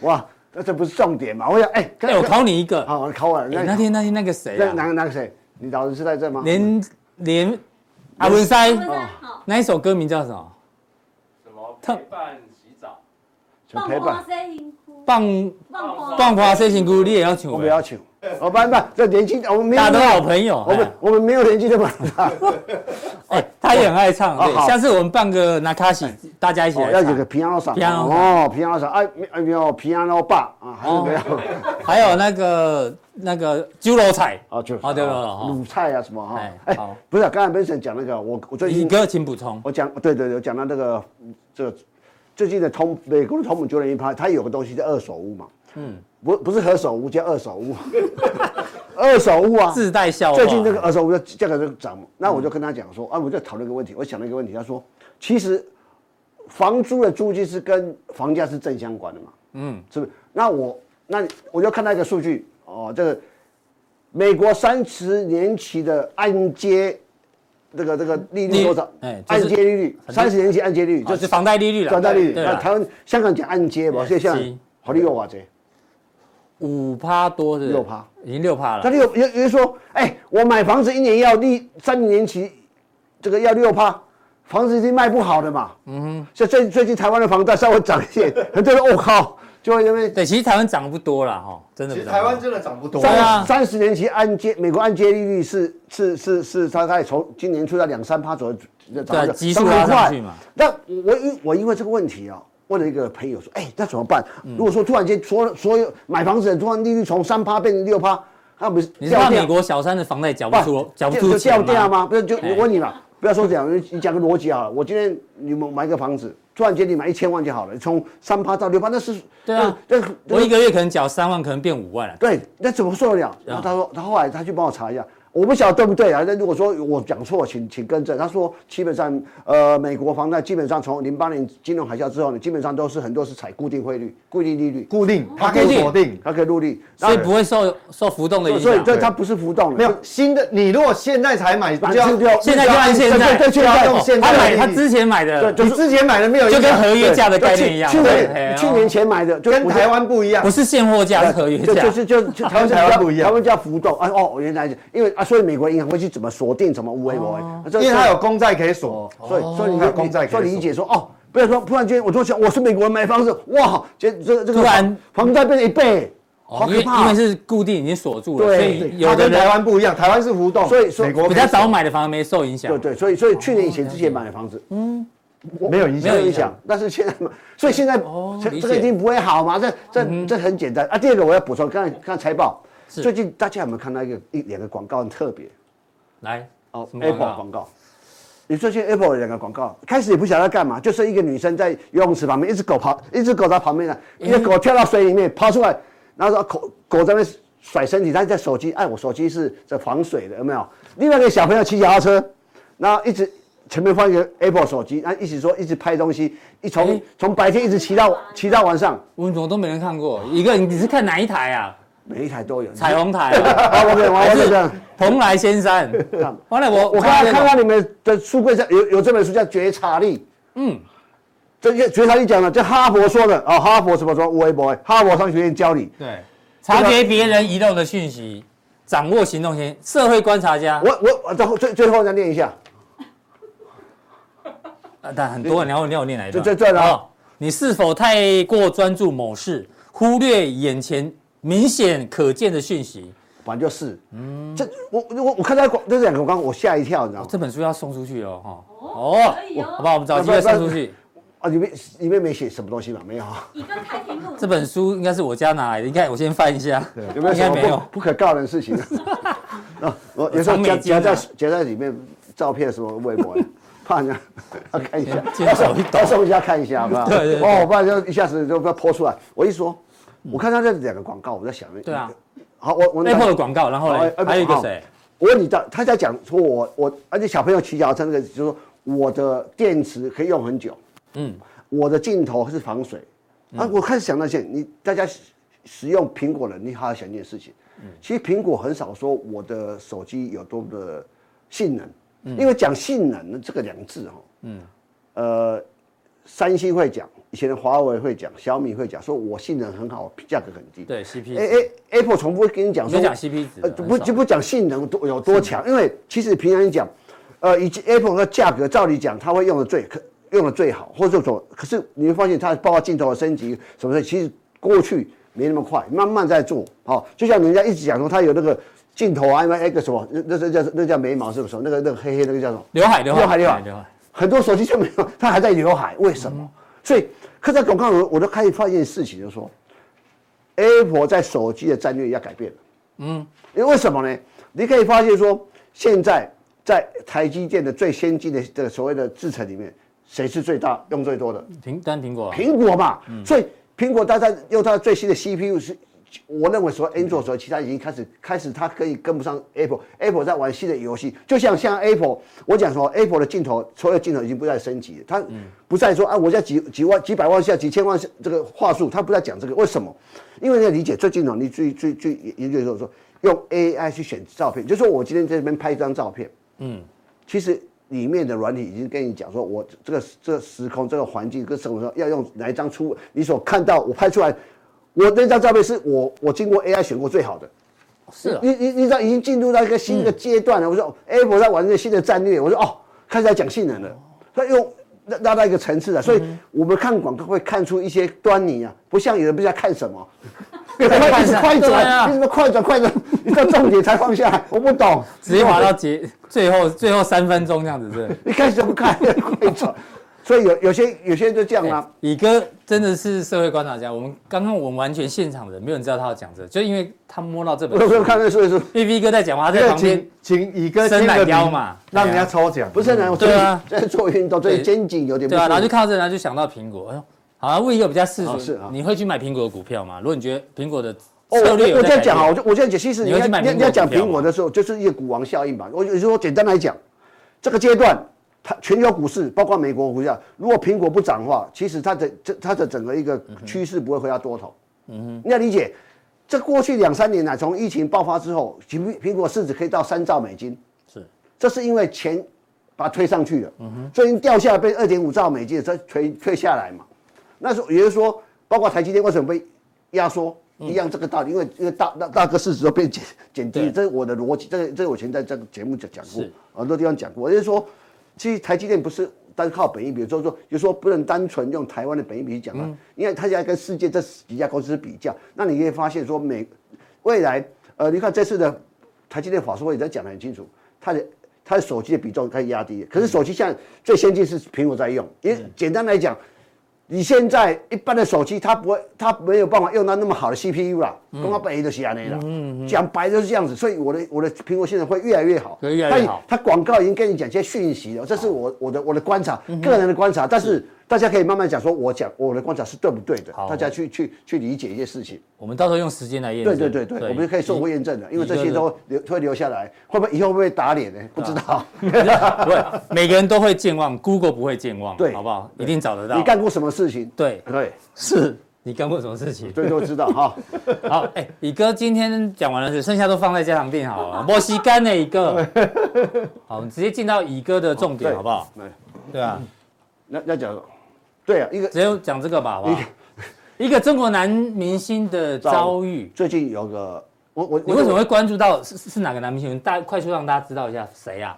哇，那这不是重点嘛？我想，哎、
哎，我考你一个，
好，我考完
哎
了。
那天那天那个谁
那
啊，
哪哪个谁？你老师是在这吗？
连连阿文塞哦
他们在好，
那一首歌名叫什么？
什么
特
陪伴洗澡，
就
放
陪
花
伴，
谁辛苦，
棒
放花
棒花飞行鼓，你也要请
我
我
不要
们，
求，我不不，这年纪我们没有，
大家都好朋友。
我
哎
们我们没有年纪这么 大，
哎，他也很爱唱，
哦
对，
好
下次我们办个 Nakashi，大家一起
哦
来
要有个
唱。
平安嫂，
piano
哦，平安嫂，哎，没哎没有平安老爸啊，还是没有，
还有那个那个酒楼菜，
哦就
哦对了哦
卤菜啊什么哈
哎，
哎
好，
不是，刚才 Vincent 讲那个，我我最
乙
近
哥请补充。
我讲对对对，我讲到那个嗯这个最近的通美国的通姆九零一趴，它有个东西叫二手屋嘛，嗯，不不是合手屋，叫二手屋， 二手屋啊，
自带笑话。
最近这个二手屋的价格就涨嘛，那我就跟他讲
嗯
说，啊，我就讨论一个问题，我想了一个问题，他说，其实房租的租金是跟房价是正相关的嘛，嗯，是不是？那我那我就看到一个数据哦，这个美国三十年期的按揭。这个这个利率多少
利？哎就是
按揭利率，
很多
三十年期按揭利率
哦就是房贷利率了，
转贷利率。
对
那台
了，
湾、香港讲按揭嘛，
哎
所以像
是
好利有瓦这，
五趴多是不是
6%，
已经六趴了。
他六有有人说，哎，我买房子一年要利三年期，这个要六趴，房子已经卖不好的嘛。嗯哼，像最最近台湾的房价稍微涨一点，很多人我、靠，就会因为
对，其实台湾涨不多了哈，真的
其
不
实
涨。
台湾真的涨不多，
对啊
三三十年期按揭，美国按揭利率是是是是大概从今年出在两三趴左右，
对
涨
啊
得
急速
涨得
拉
很
上
快
去嘛。
那我因我因为这个问题啊，问了一个朋友说，哎、那怎么办？
嗯
如果说突然间所所有买房子的人突然利率从三趴变成六趴，那不是
你是怕
掉
美
价？
国小三的房贷缴不
不
出，缴不出
就
钱
掉
吗
价吗？不是，就
哎
我问你嘛，不要说这样，你讲个逻辑啊。我今天你们买一个房子，突然间你买一千万就好了，从三趴到六趴，那是
对啊
那那那
我一个啊月可能缴三万，可能变五万了。
对，那怎么受得了？然后他说，他后来他去帮我查一下，我不晓得对不对啊。那如果说我讲错，请请更正。他说，基本上，呃，美国房贷基本上从零八年金融海啸之后呢，基本上都是很多是采固定汇率、固定利率，
固定，它可
啊固
以
定
锁定。
它可以入利，
所以不会受受浮动的
所
影
以所以
响。
这它不是浮动的，
没有新的，你如果现在才买，
买
就要
就要
现在就按现在，
对对，就要用现
哦他买
在的利率
他之前买的，
你之前买的没有影
就
响，
跟合约价的概念一样。
去去
对哎
年
呀
去年前买的，就
哦跟
我就
台湾不一样
不。是现货价，是合约
就
价
就。是就就
跟台湾不一样
他们叫浮动啊哦，原来是因为啊，所以美国银行会去怎么锁定怎么无为我为，啊这
哦因为它有公债可以锁，
所
哦
以所以
还有
你
公债可以
所以
锁
理解说哦，不要说突然间我就想我是美国人买房子，哇，这这这个
突然
房房贷变成一倍，好
哦因为
可怕
因为。是固定已经锁住了，
对
所
对
以有
它
的
跟台
人
湾不一样，台湾是浮动，
所以说
美国可
比
以
较早
锁
买的反而没受影响哦
对。对，所以所以去年以前之前买的房子，嗯，
没有影
没
响
有
有
影
影
响
响，但是现在嘛，所以现在这
哦理
这个
解嗯
一定不会好嘛，这这这很简单啊。第二个我要补充，刚才刚才财报，
是
最近大家有没有看到一个一两个广告很特别？
来，
哦
什么广告
，Apple 广告。你最近 Apple 有两个广告，开始也不晓得要干嘛，就是一个女生在游泳池旁边，一只狗跑，一只狗在旁边呢，
嗯
一个狗跳到水里面跑出来，然后说狗狗在那边甩身体，它在手机，哎，我手机是在防水的，有没有？另外一个小朋友骑脚踏车，然后一直前面放一个 Apple 手机，然后一直说一直拍东西，一从
哎
从白天一直骑到骑到晚上，
我们怎么都没人看过？一个你是看哪一台 啊？
每一台都有
彩。虹台啊，
啊，我跟你我
还
跟你
是
讲，
蓬莱仙山？完了，我
我刚才看到你们的书柜上有有这本书叫《觉察力》，
嗯，
这些觉察力讲了，这哈佛说的啊、哈佛什么说微博，哈佛商学院教你。
对，察觉别人遗漏的讯息，掌握行动先，社会观察家。
我我我最后最最后再念一下，
啊，但很多，你要你要我念哪一段？
这这这呢
哦你是否太过专注某事，忽略眼前明显可见的讯息？
反正就是，嗯，这我我我看到广这两个广告，我吓一跳，你知道吗？
这本书要送出去哦，哈。
哦可以哦
好吧，我们找机会送出去。
啊，里面里面没写什么东西嘛，没有啊，
一个开屏幕，
这本书应该是我家拿来的，应该我先翻一下，
有没有
应
什
该
么
没有
不。不可告人的 事情？啊，我有时候
藏美
夹
金啊
夹在夹在里面照片什么微博，啊怕人 家要看一下，
见手一抖
到时候一下看一下，好不 好？
对对对
哦，不然就一下子就要泼出来。我一说，我看到这两个广告，我在想，哎
对啊，
好，我我
Apple 的广告，然后
呃好哎
嘞，
，Apple-
还有一个谁？
我问你到，他在讲说我我，而且小朋友骑脚踏车那个，就是说我的电池可以用很久，
嗯，
我的镜头是防水，啊，我开始想那些，你大家使使用苹果的，你好好想一件事情，
嗯
其实苹果很少说我的手机有多么的性能，
嗯
因为讲性能这个两个字哈，嗯，呃，三星会讲，以前的华为会讲，小米会讲，说我性能很好，价格很低，
对，CP
哎
值。
哎，Apple 从不会跟你讲
你
说
就讲 CP 值
呃，
的，
不
很少
就不讲性能多有多强，因为其实平常人讲，呃，以及 Apple 的价格，照理讲它会用的最可用的最好，或者说，可是你会发现它包括镜头的升级什么的，其实过去没那么快，慢慢在做。好、就像人家一直讲说它有那个镜头啊，因为那个什么，那那那叫那叫眉毛是不是？那个那个黑黑那个叫什么？
刘海，刘海，
刘海刘海
刘海。
很多手机就没有，它还在刘海，为什么？所以，可在广告我我都开始发现事情，就是说，Apple 在手机的战略要改变了。因为为什么呢？你可以发现说，现在在台积电的最先进的这个所谓的制程里面，谁是最大用最多的？
苹单苹果啊，
苹果嘛。所以苹果它在用它最新的 CPU 是，我认为说 Android 所其他已经开始开始它可以跟不上 Apple。Apple 在玩新的游戏，就像像 Apple，我讲说 Apple 的镜头，所有镜头已经不再升级了，它不再说啊，我在几几万几百万下几千万下这个话术，它不再讲这个，为什么？因为你要理解最近哦，你最最最研究的时候说，用 AI 去选照片，就是说我今天在这边拍一张照片，其实里面的软体已经跟你讲说，我这个这个时空、这个环境跟生活上要用哪一张出你所看到我拍出来，我那张照片是我我经过 AI 选过最好的。
是啊
你你你知道已经进入到一个新的阶段了。我说 Apple 在玩这个新的战略，我说哦，开始在讲性能了。它又拉拉到一个层次了。所以我们看广告会看出一些端倪啊，不像有人不知道看什么，快一直快
对啊
转，你怎么快转快转，你到重点才放下来，我不懂，
直接滑到结最后最后三分钟这样子，对。
一开始就不看，快 转。所以有有些有些人就这样啊，
欸，乙哥真的是社会观察家。我们刚刚我们完全现场的人，没有人知道他要讲这个，就因为他摸到这本
我有没
书
有。看那个数字？
因为 V 哥在讲话，他在
这
旁边
请请乙哥
伸
签
懒
个
腰
名
嘛
让人
对啊
家抽奖。
不是呢，我
对啊
最近在做运动，所以肩颈有点不
对
舒
啊，
服
然后就看到这，然后就想到苹果。哎呦，好啊，问一个比较世俗，
哦是啊
你会去买苹果的股票吗？如果你觉得苹果的
哦，
策略
我
有
我这
在
样讲啊，
改变
我就我这样解其实
你
你
会
要
去买
你
苹
要
果
你要讲
股票
苹果
吗
的时候，就是一个股王效应吧。我就说简单来讲，这个阶段它全球股市包括美国股价，如果苹果不涨的话，其实它的这它的整个一个
嗯
趋势不会回到多头。嗯你要理解，这过去两三年来，从疫情爆发之后，苹苹果市值可以到三兆美金，
是嗯
这是因为钱把它推上去了，所以掉下来被二点五兆美金再推推下来嘛。那时候也就是说，包括台积电为什么被压缩，
嗯
一样这个道理，因为因为大大大个市值都变减减低，
对
这是我的逻辑，这个这个我以前在这个节目讲讲过
是，
很多地方讲过，也就是说，其实台积电不是。单靠本益比，就是说，就是说不能单纯用台湾的本益比去讲
嗯
它，因为它现在跟世界这几家公司比较，那你会发现说美未来，呃，你看这次的台积电法说会也在讲得很清楚，它的它的手机的比重开始压低了，
嗯
可是手机现在最先进是苹果在用，因为简单来讲，你现在一般的手机它不会，它没有办法用到那么好的 CPU 啦，
嗯
刚刚白的是安内啦，讲白就是这样子，所以我的我的苹果现在会越来越好，
会越来越好
它它广告已经跟你讲一些讯息了，这是我我的我的观
嗯
察，个人的观察，但是大家可以慢慢讲，说我讲我的观察是对不对的
好，
大家去去去理解一些事情。
我们到时候用时间来验
对
证。
对对对，我们可以受过验证的，因为这些都留会留下来，会不会以后会不会打脸呢？不知道。
啊不会，每个人都会健忘，Google 不会健忘，
对
好不好？一定找得到。
你干过什么事情？
对，
对，
是你干过什么事情？
这都知道 哈。
好，哎、乙哥今天讲完了，剩下都放在家常店好了。莫西干的乙 哥，好，我们直接进到乙哥的重点
哦对
好不好？
来，
对啊，
那那讲，对啊，一个
直接讲这个吧，好不好？一个中国男明星的遭遇，
最近有个我我
你为什么会关注到是是哪个男明星？大快速让大家知道一下谁啊？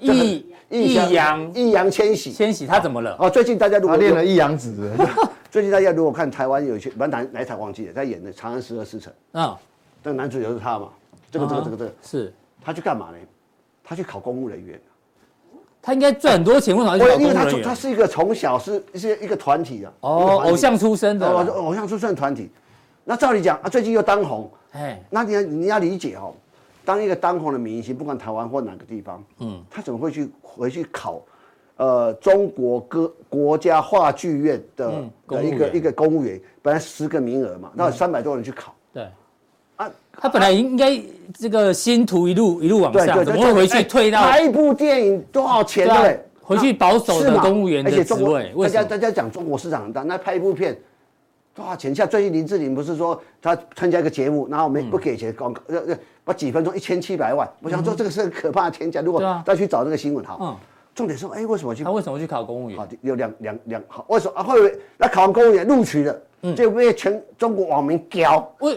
易易烊
易烊千玺？
千玺他怎么了？
哦，最近大家如
他
果
练了一阳指，
最近大家如果看台湾有一些，蛮哪哪一台忘记了，在演的《长安十二时辰》，
嗯，
那个男主角是他嘛？这个这个这个这个，
是
他去干嘛呢？他去考公务人员。
他应该赚很多钱，为什么要去
我
搞
哦
公
因为他
务人
出他
员？
是一个从小是是一个团体的
哦，偶像出身
哦，
的，
偶像出身团体。那照理讲啊，最近又当红，
哎，
那你要你要理解哦，当一个当红的明星，不管台湾或哪个地方，嗯，他怎么会去回去考，呃，中国歌国家话剧院的、
嗯
的
公
一
务
个
员嗯
一个公务员，本来十个名额嘛，那三百多人去考、
对。
啊，
他本来应该这个星途一路一路往
对
上，
对对，哎
怎么会回去退到
拍一部电影多少钱
对啊
对？
回去保守的
是嘛
公务员的
而且中国
职位为
大
什么
家大家讲中国市场很大，那拍一部片多少钱？像最近林志玲不是说她参加一个节目，然后没不给钱广
嗯
告，呃呃，把几分钟一千七百万，我想说这个是很可怕的天价。如
对
果
啊
再去找那个新闻哈，
嗯
重点是哎为什么去
他为什么去考公务员
好？有两两两好为什么啊会不会那考完公务员录取了，
嗯
就被全中国网民屌？
为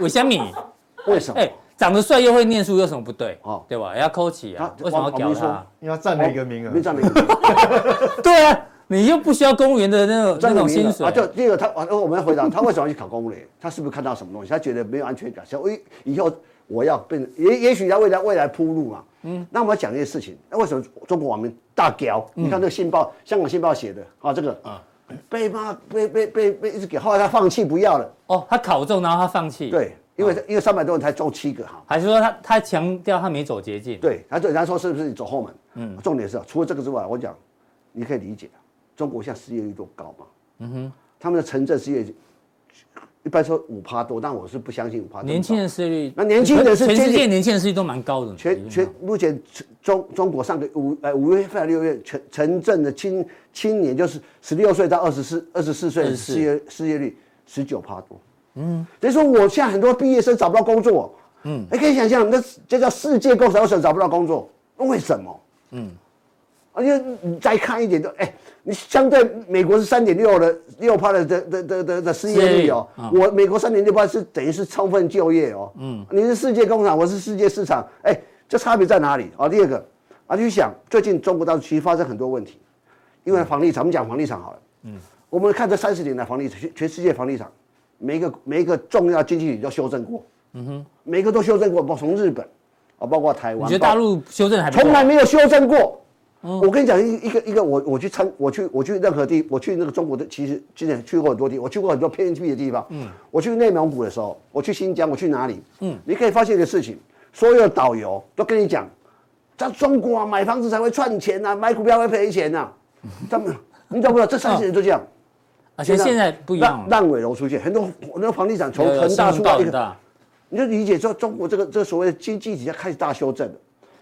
为什么？
为什么
哎？，长得帅又会念书有什么不对？
哦
对吧？要扣起啊，
他
为什么要
网
屌
网民
他
说？
因为他占了一个
哦
名额
哦没。占了一个名额。
对啊，你又不需要公务员的那种
占
那种
领民
薪
了
水
啊！，就第二个他，啊我们要回答他为什么要去考公务员？他是不是看到什么东西？他觉得没有安全感，想以哦以后我要变，也也许要为他未来铺路嘛。嗯，那我们要讲一些事情，那为什么中国网民大屌？
嗯
你看那个信报，香港信报写的啊，这个啊，被骂被被被被一直给，后来他放弃不要了。
哦，他考中然后他放弃，，
对，因
啊
为因为三百多人才中七个哈。
还是说他他强调他没走捷径？，
对，他就他说是不是你走后门？嗯，重点是啊除了这个之外，我讲你可以理解，中国现在失业率多高嘛？嗯哼，他们的城镇失业一般说五趴多，但我是不相信五趴。
年轻人失业率，
那年轻人是
全
接
世界
近
年轻人失业率都蛮高的，
全全目前中中国上个五呃五月份六月全城镇的青青年就是十六岁到二十四二十四岁
24
的失业失业率十九趴多，嗯，等于说我现在很多毕业生找不到工作，嗯，你可以想象那这叫世界工厂为什么找不到工作？为什么？而且哦你再看一点都，哎、你相对美国是三点六的六趴的的的的的的失业率哦，
失业率
我美国三点六趴是等于是充分就业哦，嗯，你是世界工厂，我是世界市哦场，哎、这差别在哪里？啊、第二个，啊，你去想最近中国大陆其实发生很多问题，因为房地产，我们讲房地产好了，嗯，我们看这三十年来房地产，全全世界房地产，每一个每一个重要经济体都修正过，嗯哼，每个都修正过，包括从日本啊，包括台湾，
你觉得哦大
包
陆修正还不够
从来没有修正过。我跟你讲一一个一个，我我去参，我去我去任何地，我去那个中国的，其实今年去过很多地，我去过很多偏僻的地方。嗯，我去内蒙古的时候，我去新疆，我去哪里？嗯，你可以发现一个事情，所有导游都跟你讲，在中国啊，买房子才会赚钱呐、啊，买股票会赔钱呐、 啊。他们，你懂不懂？这三十年就这样。
嗯而且啊现在不一样了，
烂烂尾楼出现很多，很多房地产从
有有
恒大
新闻
出
报
来一
很
个
大，
你就理解说中国这个这个所谓的经济体要开始大修正了。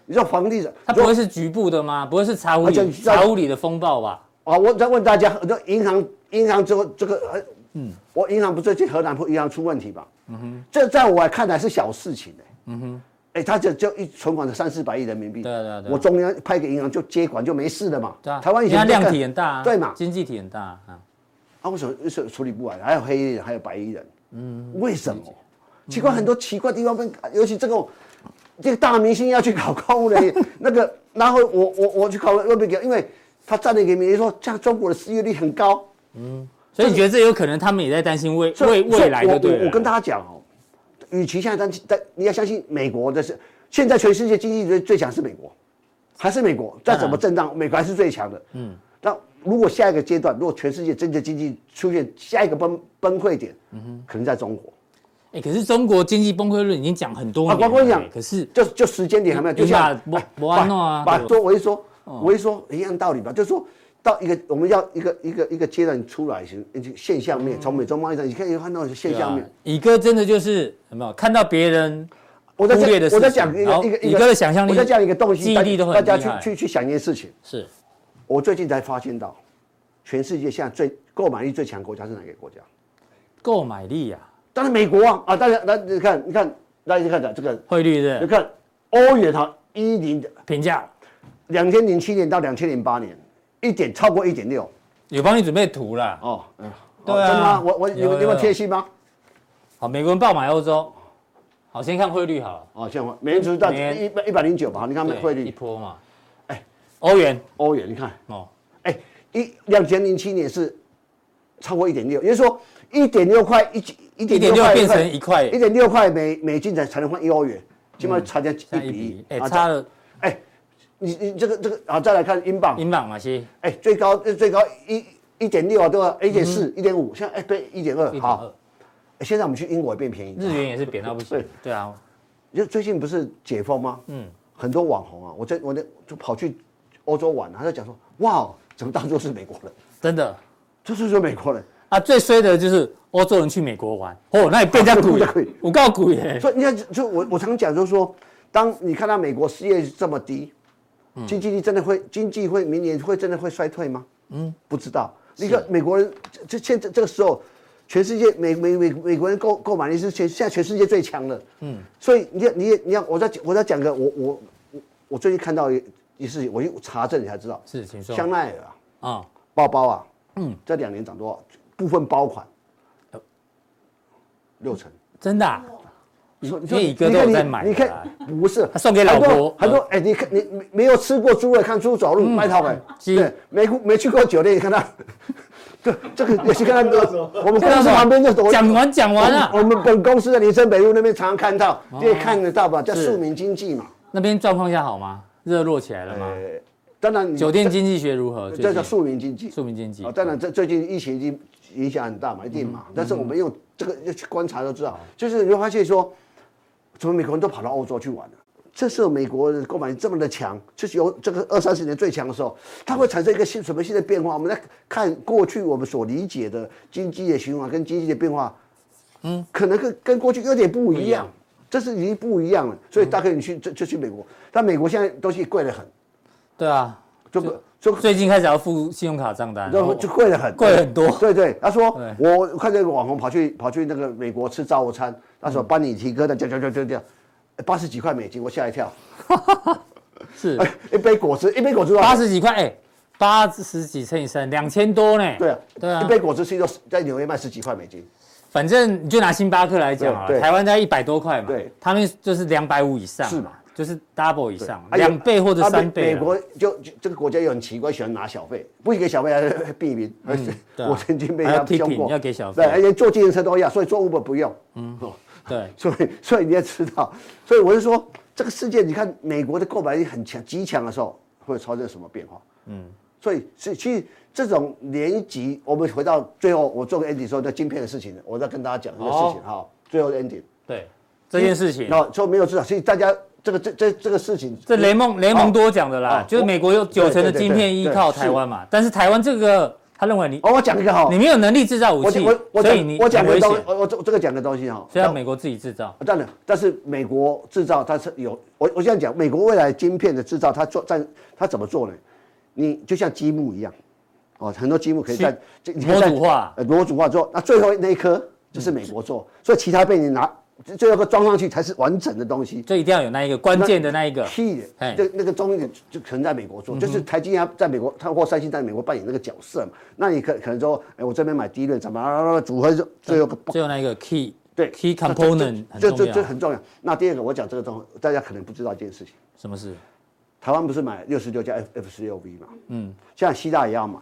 你知道房地产，
它不会是局部的吗？不会是茶壶
而且
里
啊你知道
茶壶里的风暴吧？
啊，我再问大家，很多银行银行之后这个呃，嗯，我银行不是去河南银行出问题嘛？嗯哼，这在我看来是小事情呢、嗯哼，哎、他就就一存款的三四百亿人民币，
对啊对啊对啊
我中央派给银行就接管就没事了嘛。
对啊，
台湾以前
人
就
家量
干
体很大啊，
对嘛？
经济体很大啊，
啊，为什么为什么处理不完？还有黑衣人，还有白衣人，嗯，为什么？奇怪，很多奇怪的地方被，尤其这个这个大明星要去搞公务人员，那个，然后我我我去考又被给，因为他站了一个名义说，这样中国的失业率很高，
所以你觉得这有可能他们也在担心未
所以
未
所
未
以
来
我
的对
我我跟
他
大家讲哦，与其现在担心，但你要相信美国的是，现在全世界经济最最强是美国，还是美国？再怎么震荡，美国还是最强的。嗯，那如果下一个阶段，如果全世界真的经济出现下一个崩崩溃点，嗯哼，可能在中国。
哎，可是中国经济崩溃论已经讲很多
啊
年了，哎
我跟你讲啊
可是
就就时间点还没有，
你
就像
把
哎
不不安诺啊哦
把
对
把
不对
做我一说，我一说一样道理吧，就是说到一个我们要一个一个一个阶段出来是现象
嗯
面，从美洲贸易上你可以看到现象
对啊
面。
乙哥真的就是有没有看到别人
我在
忽略的事情
讲我在讲一
然
个
后
一个
乙哥的想象力
我在讲一个东西，
记忆力都很
大家
厉
去
害
去去想一件事情。
是
我最近才发现到，全世界现在最购买力最强国家是哪个国家？
购买力啊，
当然美国啊啊！大家来你看你看大家看的这个，
汇率
你
的
看欧元哈一零
评价
两千零七年到两千零八年一点超过一点六。
有帮你准备图啦。
哦，嗯，
对
哦
啊
真的吗？我我你
有
们你
有
们贴心吗？
好，美国人爆买欧洲，好，先看汇率好了，
哦，像我美元指数到
美元
一百一百零九吧，你看
对
汇
一
率
波嘛，哎，欧元
欧元，你看，
哦，
哎，一两千零七年是超过一点六，也就是说一点六块一一
一点
六
六
块
变成一块，
一点六块美美金才才能换一欧元，起码差价
现在
一
一
比
比
一
哎，嗯差了
哎，你你这个这个啊，再来看英镑，
英镑啊，些
哎，最高最高一一点六啊，对吧？一点四、一点五，现在哎对，一点二
嗯一，点
好
二，，
哎现在我们去英国也变便宜了，
日元也是贬到不行
对，
对啊，
就最近不是解封吗？嗯，很多网红啊，我在我那就跑去欧洲玩，他就讲说，哇，哦怎么当做是美国人？
真的
这是说美国人，
啊，最衰的就是欧洲人去美国玩，哦，那也变成鬼
对，
我告鬼耶，
所以你看，就我我常讲就是说，当你看到美国失业这么低，经济力真的会经济会明年会真的会衰退吗？嗯，不知道。你看美国人，这这现在这个时候，全世界美美美美国人购购买力是全现在全世界最强的。嗯，所以你你你要我再我再讲个我我我我最近看到一一事情，我去查证才知道，
是，请说，
香奈儿啊，
啊，
包包啊，嗯，呃这两年涨多少？部分包款，六成。
真的啊，
你说，你
因
说
为
你
乙哥
你
都有
看你
在买
你看
啦
不是
他送给老婆嗯
很多很多哎，你看你没没有吃过猪的，看猪走路，卖他们。
是
对，没过没去过酒店，你看他， 对，这个也是看他。我们公司旁边就是我
啊讲完讲完啊哦
我
了，
们我们本公司在林森北路那边常常看到，也看得到吧，叫庶民经济嘛。
那边状况下好吗？热络起来了吗？
呃，当然你
酒店经济学如何？
这
最
这叫
近
庶民经济。
庶民经济
啊，，当然这最近疫情已经影响很大嘛，一定嘛。但是我们用这个要去观察都知道，就是你会发现说，怎么美国人都跑到欧洲去玩了、这时候美国的购买力这么的强，就是由这个二三十年最强的时候，它会产生一个新什么新的变化？我们来看过去我们所理解的经济的循环跟经济的变化，嗯，可能跟跟过去有点不一样，这是已经不一样了。所以大概你去就就去美国，但美国现在东西贵得很，
对啊，
就就
最近开始要付信用卡账单，哦
然后就贵了很，
贵很多
对对，他说
对
我看见一个网红跑去跑去那个美国吃早餐，那时
嗯
候班尼提哥的，叫叫叫叫叫，八十几块美金，我吓一跳，
是
哎一杯果汁，一杯果汁多少
八
钱
十几块，哎，八十几乘以三，两千多呢。
对啊，
对啊
一，杯果汁其实都是在纽约卖十几块美金，
反正你就拿星巴克来讲啊，
对对
台湾在一百多块嘛，
对
他们就是两百五以上
是嘛？
就是 double 以上，
啊有
两倍或者
啊
三
美
倍
美
啦。
国就就这个国家又很奇怪，喜欢拿小费，不给小费还是避免。而 且
对啊
我曾经被
还要
人家凶
tipping，
过，
要给小
对，
费
而且坐计程车都要，所以坐 Uber 不用。嗯，
对，
所以所以你也知道，所以我就说这个世界，你看美国的购买力很强、极强的时候，会发生什么变化？嗯，所以是其实这种连级，我们回到最后，我做个 ending 说那晶片的事情，我再跟大家讲这个事情哈、最后的 ending，
对这件事情，
那说没有市场，所以大家这个这这这个事情，
这雷蒙雷蒙多讲的啦
哦，
就是美国有九成的
对对对
晶片依靠
对
台湾嘛，但是台湾这个他认为你
哦，我讲一个哈、
你没有能力制造武
我
器
讲我，我
所以你
讲我讲
很
的
危
东
险，
我我这这个讲的东西哈、
所以要美国自己制造。
啊当然，但是美国制造它是有，我我现在讲美国未来晶片的制造，它做在它怎么做呢？你就像积木一样，哦，很多积木可以在这你可以在
模组化嗯
呃，模组化之后，那最后那一颗就是美国做，所以其他被你拿最后一个装上去才是完整的东西。
就一定要有那一个关键的那一个，
key
哎
的，就那个东西就可能在美国
嗯
做，就是台积电在美国，它或三星在美国扮演那个角色嘛。那你可可能说，哎，我这边买第一轮，怎么啊啊啊组合就最后个
只有那一个 key
对
key component 很
这这
重
这这
要。
很重要。那第二个，我讲这个东西，大家可能不知道一件事情，
什么事？
台湾不是买六十六架 F F 十六 V 嘛？嗯，像希腊也要买，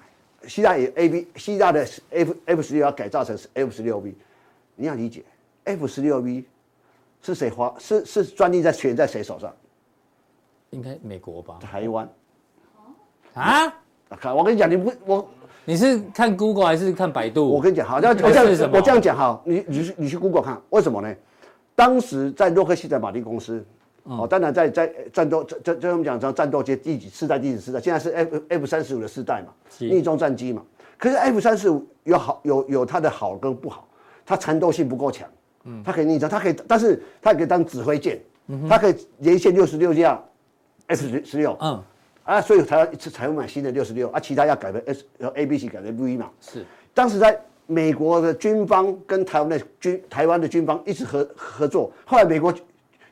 希腊也 A B 希腊的 F F 十六要改造成 F 十六 V，你要理解 F 十六 V 是谁花是是专利在选在谁手上？
应该美国吧？
台湾。
啊？
看，我跟你讲，你不我
你是看 Google 还是看百度？
我跟你讲，好，那我这
是什
样
么
我这样讲哈，你你去你去 Google 看，为什么呢？当时在洛克希德马丁公司，哦，当然在在战斗这这这我们讲叫战斗机第几世代、第几世代，现在是 F F 三十五的世代嘛，
是
逆中战机嘛。可是 F 三十五有好有有它的好跟不好，它缠斗性不够强，嗯，它可以逆战，它可以，但是它也可以当指挥舰，
嗯
它可以连线六十六架 F 十六，
嗯，
啊，所以台湾才会买新的六十六啊，其他要改为 S 然后 A B C 改为 V 嘛。
是
当时在美国的军方跟台湾的军台湾的军方一直合合作，后来美国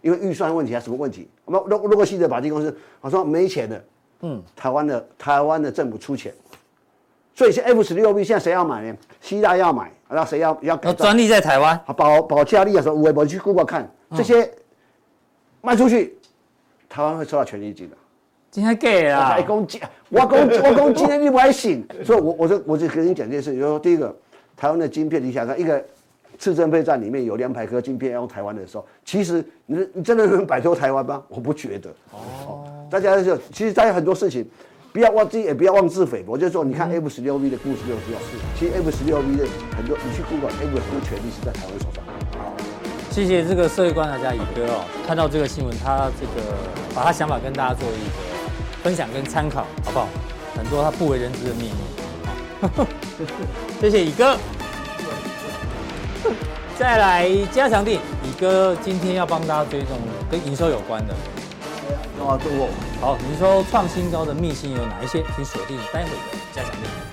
因为预算问题还是什么问题，我们如如果新的把这公司好像没钱了，嗯，台湾的台湾的政府出钱，所以是 F 十六 B 现在谁要买呢？希腊要买，那谁要要改
要
造？
专利在台湾，
啊保保加利亚什么我我去 Google 看这些卖出去，台湾会受到权益金的。
今天 gay 啦
我，讲今， 我讲我讲今天你不还醒，所以我我就我就跟你讲这件事，就是说第一个，台湾的晶片，你想看一个次针备战里面有两百颗晶片要用台湾的时候，其实你你真的能摆脱台湾吗？我不觉得。哦，大家就其实大家很多事情。不要忘记，也不要妄自菲薄。就是说，你看 F 十六 V 的故事就知道，其实 F 十六 V 的很多，你去 Google，F 很多权利是在台湾手上。
谢谢这个社会观察家乙哥哦，看到这个新闻，他这个把他想法跟大家做一个分享跟参考，好不好？很多他不为人知的秘密。好 谢谢乙哥。 再来加强定，乙哥今天要帮大家追踪跟营收有关的。
啊，对我。
好，营收创新高的秘辛有哪一些？请锁定待会的加强定。